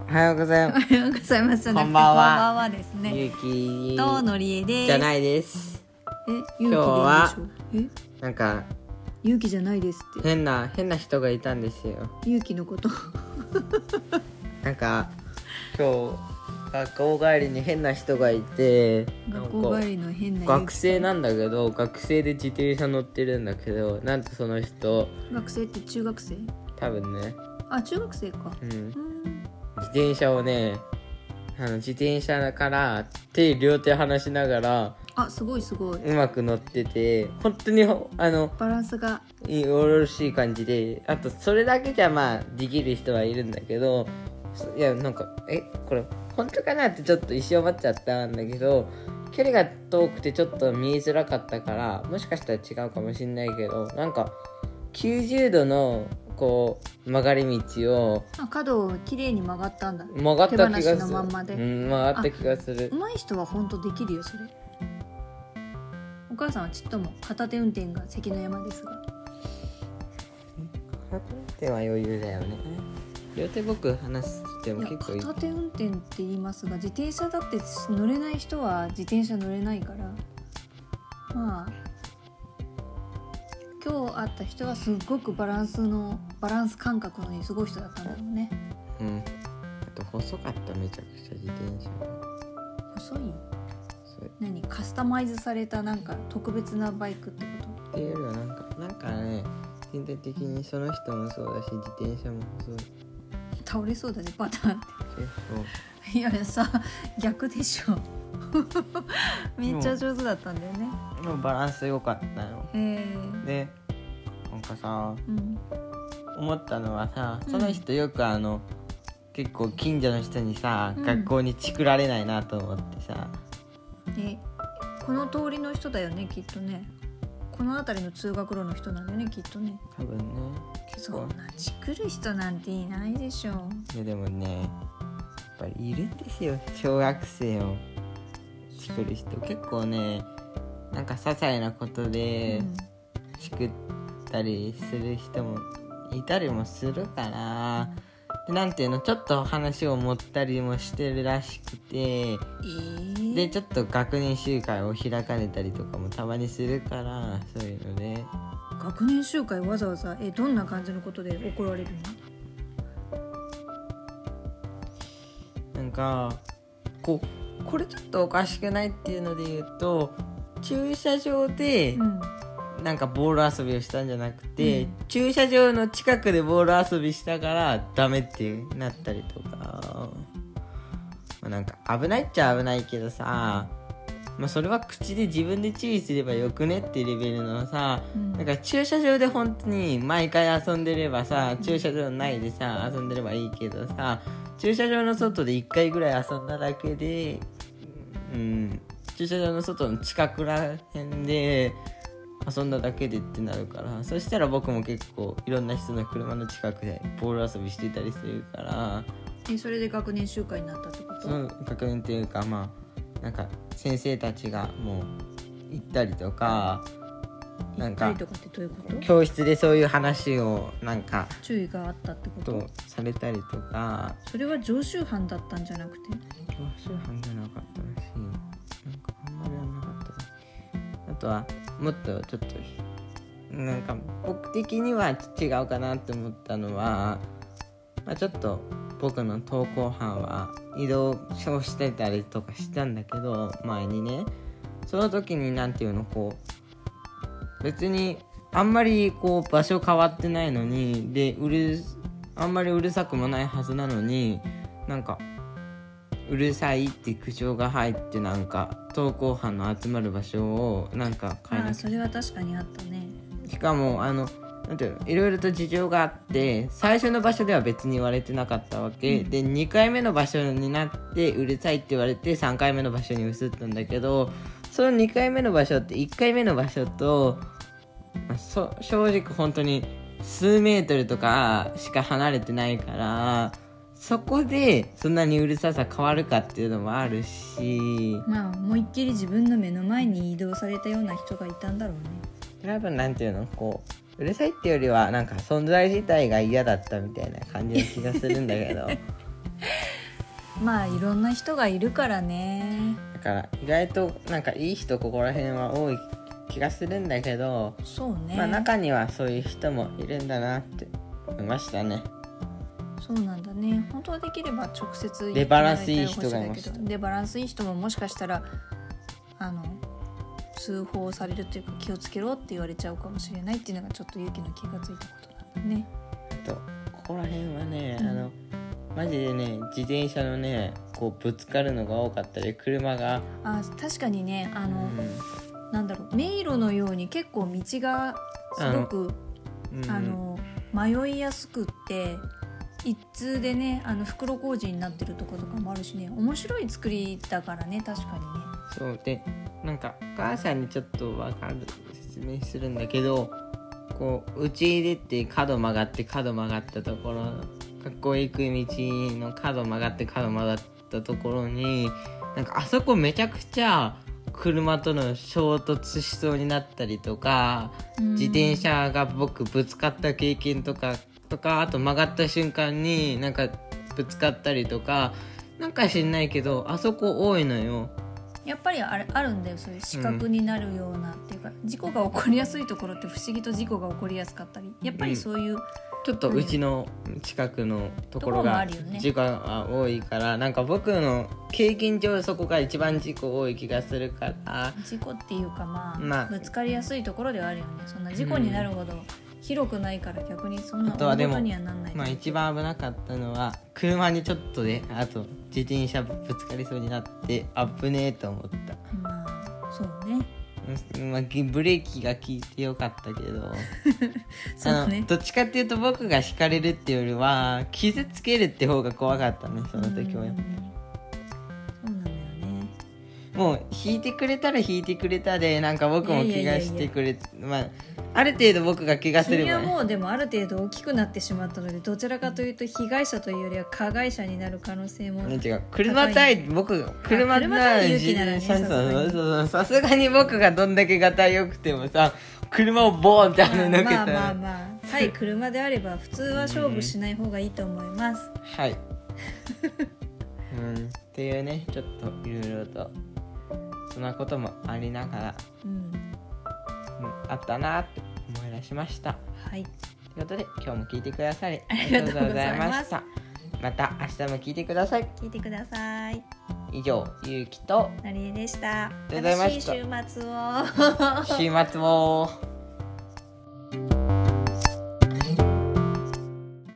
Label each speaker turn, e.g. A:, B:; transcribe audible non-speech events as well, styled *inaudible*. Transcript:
A: おはようござい
B: お
A: ます。
B: はようございます。じゃなく
A: こ
B: て
A: んばんは
B: こんばんはです
A: ゆ
B: *laughs* ね。
A: うき
B: とのりえです。。
A: じゃないいです。
B: え、
A: 今日は
B: ゆうきでいいでしょ
A: なんか
B: え、ゆうきじゃないですって。
A: 変な変な人がいたんですよ。
B: ゆうきのこと。
A: なんか今日学校帰りに変な人がいて、なん
B: 学
A: か
B: 校帰りの変なゆうき
A: 学生。なんだけど学生で自転車乗ってるんだけど、なんとその人
B: 学生って中学生？
A: 多分ね、
B: あ、中学生か。
A: うん、自
B: うん。
A: 転車をね。あの自転車から手両手離しながら
B: あ、すごいすごい。
A: うまく乗ってて本当にあの
B: バランスが。
A: いいおろしい感じであとそれだけじゃまあできる人はいるんだけどそいやなんかえこれ本当かなってちょっと一瞬思っちゃったんだけど距離が遠くてちょっと見えづらかったからもしかしたら違うかもしんないけどなんか90度のこう曲がり道を
B: あ、角を綺麗に曲がったんだ。
A: 曲がった気がする
B: 手放しのまんまで
A: うん、曲がった気がする
B: 上手い人は本当できるよそれ。お母さんはちっとも片手運転が関の山ですが。
A: 片手は余裕だよね両手僕話して
B: い
A: も
B: や
A: 結構いい
B: 片手運転って言いますが自転車だって乗れない人は自転車乗れないからまあ今日会った人はすごくバランスのバランス感覚のすごい人だったんだろうね
A: うんあと細かっためちゃくちゃ自転車
B: 細い
A: そう
B: 何カスタマイズされたなんか特別なバイクってこ
A: っていうよりはなんかなんかね全体的にその人もそうだし自転車もそうだし
B: と倒れそうだねパターンっ
A: 結
B: ていやさ逆でしょ *laughs* めっちゃ上手だったんだよね
A: 構でもバランス良かったよ
B: え
A: でなんかさ
B: ー、うん
A: 思ったのはさ
B: うん
A: その人よくあの、結構近所の人にさ、
B: うん
A: 学校にチクられないなと思ってさ
B: ね、この通りの人だよねきっとねこの辺りの通学路の人なんだよねきっとね
A: 多分ね結
B: そ
A: 構
B: んなチクる人なんていないでしょ
A: いやでもねやっぱりいるんですよ小学生をチクる人結構ねなんか些細なこと
B: う、
A: で、しくったりする人もいたりもするからでなんていうのちょっと話を持ったりもしてるらしくて
B: うん、え
A: で
B: ー、
A: ちょっと学年集会を開かれたりとかもたまにするからそういうので
B: 学年集会わざわざえどんな感じのことで怒られるの
A: なんかこうこれちょっとおかしくないっていうので言うと駐車場で
B: うん
A: なんかボール遊びをしたんじゃなくて、
B: うん
A: 駐車場の近くでボール遊びしたからダメってなったりとか、まあ、なんか危ないっちゃ危ないけどさ、まあ、それは口で自分で注意すればよくねっていうレベルのさ
B: うん
A: なんか駐車場で本当に毎回遊んでればさ駐車場内でさ遊んでればいいけどさ駐車場の外で1回ぐらい遊んだだけで、うん、駐車場の外の近くらへんで遊んだだけでってなるからそしたら僕も結構いろんな人の車の近くでボール遊びしてたりするから
B: えそれで学年集会になったってこ
A: そ
B: と、
A: の確認っていうかまあなんか先生たちがもう行ったりとかなん
B: 行
A: か
B: ったりとかってどういうこと
A: 教室でそういう話をなんか
B: 注意があったってこと
A: とされたりとか
B: それは常習犯だったんじゃなくて
A: 教習犯じゃなかったらしいなんかあんまりやんなかったらしいあとはもっとちょっとなんか僕的には違うかなって思ったのは、まあ、ちょっと僕の投稿班は移動をしてたりとかしたんだけど前にねその時になんていうのこう別にあんまりこう場所変わってないのにでうるあんまりうるさくもないはずなのになんかうるさいって苦情が入ってなんか投稿班の集まる場所をなんか変え
B: あ
A: な
B: あ
A: きゃ
B: それは確かにあったね
A: しかもあのなんていうのいろいろと事情があって最初の場所では別に言われてなかったわけ、
B: うん
A: で2回目の場所になってうるさいって言われて3回目の場所に移ったんだけどその2回目の場所って1回目の場所と、まあそ正直本当に数メートルとかしか離れてないからそこでそんなにうるささ変わるかっていうのもあるし
B: まあ思いっきり自分の目の前に移動されたような人がいたんだろうね
A: 多分なんていうのこううるさいってよ
B: *laughs*
A: りはなんか存在自体が嫌だったみたいな感じの気がするんだけど
B: まあいろんな人がいるからね
A: だから意外となんかいい人ここら辺は多い気がするんだけど、
B: そうね、
A: まあ中にはそういう人もいるんだなって思いましたね
B: そうなんだね本当はできれば直接言って
A: でバランスいい人がいました
B: もらいたいほどでバランスいい人ももしかしたらあの通報されるというか気をつけろって言われちゃうかもしれないっていうのがちょっと勇気の気がついたことなんだね
A: あとここら辺はねあ
B: うん
A: のマジでね自転車のねこうぶつかるのが多かったり車が、
B: あ確かにねあ
A: う
B: の、
A: ん
B: なんだろう迷路のように結構道がすごく
A: うん
B: あの、迷いやすくって一通でねあの袋小路になってるとことかもあるしね面白い作りだからね確かにね。
A: そうでなんかお母さんにちょっとわかる説明するんだけどこううち出て角曲がって角曲がったところ学校へ行く道の角曲がって角曲がったところになんかあそこめちゃくちゃ車との衝突しそうになったりとか
B: うん
A: 自転車が僕ぶつかった経験とかとかあと曲がった瞬間になんかぶつかったりとかなんか知んないけどあそこ多いのよ。
B: やっぱりあれあるんだよそういう視覚になるようなっていうか、事故が起こりやすいところって不思議と事故が起こりやすかったりやっぱりそういう、
A: ちょっとうちの近くのところが
B: ところもあるよね
A: 事故が多いから、なんか僕の経験上そこが一番事故多い気がするから
B: 事故っていうかまあ、
A: まあ
B: ぶつかりやすいところではあるよねそんな事故になるほど広くないから逆にそんな
A: あとは
B: 大
A: で
B: ご
A: も
B: とにはなんない
A: まあ一番危なかったのは車にちょっとであと自転車ぶつかりそうになって危ねえと思った、
B: まあそうね
A: うんまあ、ぎブレーキが効いてよかったけど
B: *laughs* そうね
A: あのどっちかっていうと僕が引かれるっていうよりは傷つけるって方が怖かったねその時は
B: うんそうなんだよね
A: もう弾いてくれたら弾いてくれたでなんか僕も怪我してくれまあある程度僕が怪我すれ
B: 君
A: ば
B: は
A: ね
B: もうでもある程度大きくなってしまったのでどちらかというと被害者というよりは加害者になる可能性も
A: 違う車対僕が車
B: 車対
A: 対
B: 勇気ならね
A: 自転車
B: さすが
A: そう
B: に
A: そうそうさすがに僕がどんだけがたよくてもさ車をボーンってあの抜けた
B: ま
A: ら、
B: あまあまあはい車であれば普通は勝負しない方がいいと思います、
A: はい
B: *laughs*
A: うんっていうねちょっといろいろとそんなこともありながら、
B: うん、
A: うんあったなって思い出しました
B: は
A: と
B: い
A: いうことで今日も聞いてくださり
B: ありがとう
A: ありがとう
B: ございま
A: ございま
B: し
A: したたまた明日も聞いてください
B: 聞いてください
A: 以上ゆうきと
B: *laughs* なりえでした
A: ありがとうございま
B: 楽しい
A: した
B: 週末を
A: 週末を